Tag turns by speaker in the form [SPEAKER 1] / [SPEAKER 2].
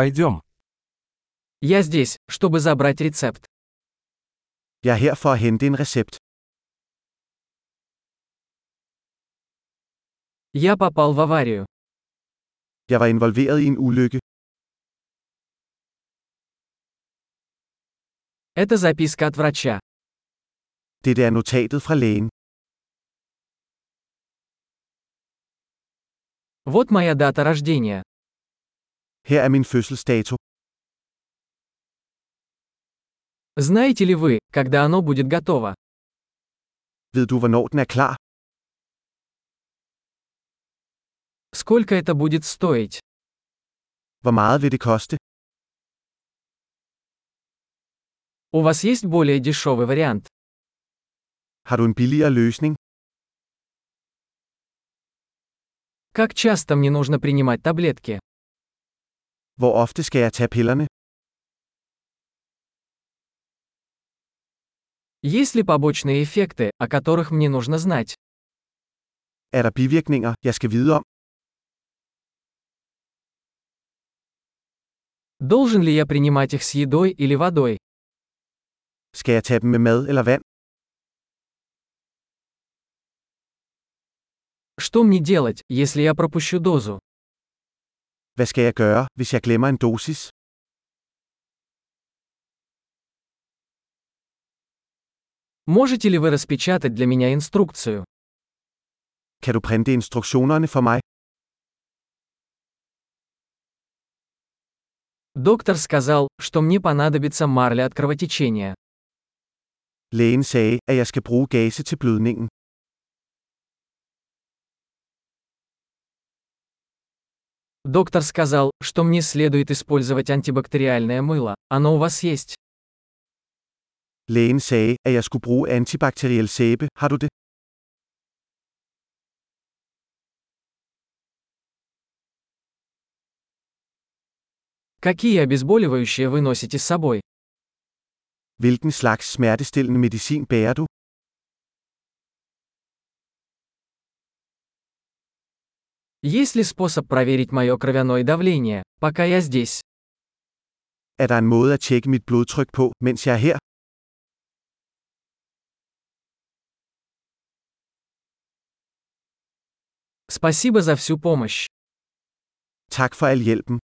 [SPEAKER 1] Пойдем.
[SPEAKER 2] Я здесь, чтобы забрать рецепт.
[SPEAKER 3] Jeg er her for at hente en recept.
[SPEAKER 2] Я попал в аварию.
[SPEAKER 3] Jeg var involveret i en ulykke.
[SPEAKER 2] Это записка от врача.
[SPEAKER 3] Dette er notatet fra lægen.
[SPEAKER 2] Вот моя дата рождения.
[SPEAKER 3] Her er min fødselsdato.
[SPEAKER 2] Знаете ли вы, когда оно будет готово?
[SPEAKER 3] Ved du, hvornår den er klar?
[SPEAKER 2] Сколько это будет стоить?
[SPEAKER 3] Hvor meget vil det koste?
[SPEAKER 2] У вас есть более дешевый вариант?
[SPEAKER 3] Har du en billigere løsning?
[SPEAKER 2] Как часто мне нужно принимать таблетки?
[SPEAKER 3] Hvor ofte skal jeg tage pillerne?
[SPEAKER 2] Есть ли побочные эффекты, о которых мне нужно знать?
[SPEAKER 3] Er der bivirkninger, jeg skal vide om?
[SPEAKER 2] Должен ли я принимать их с едой или водой?
[SPEAKER 3] Skal jeg tage dem med mad eller vand?
[SPEAKER 2] Что мне делать, если я пропущу дозу?
[SPEAKER 3] Hvad skal jeg gøre, hvis jeg glemmer en dosis?
[SPEAKER 2] Можете ли вы распечатать для меня инструкцию?
[SPEAKER 3] Kan du printe instruktionerne for mig?
[SPEAKER 2] Доктор сказал, что мне понадобится марля от кровотечения.
[SPEAKER 3] Lægen sagde, at jeg skal bruge gase til blødningen.
[SPEAKER 2] Доктор сказал, что мне следует использовать антибактериальное мыло. Оно у вас есть?
[SPEAKER 3] Lægen sagde, at jeg skulle bruge antibakteriel sæbe. Har du det?
[SPEAKER 2] Какие обезболивающие вы носите с собой?
[SPEAKER 3] Hvilken slags smertestillende medicin bærer du?
[SPEAKER 2] Есть ли способ проверить мое кровяное давление, пока я здесь?
[SPEAKER 3] Er der en måde at tjekke mit blodtryk på, mens jeg er her?
[SPEAKER 2] Спасибо за всю помощь.
[SPEAKER 3] Tak for al hjælpen.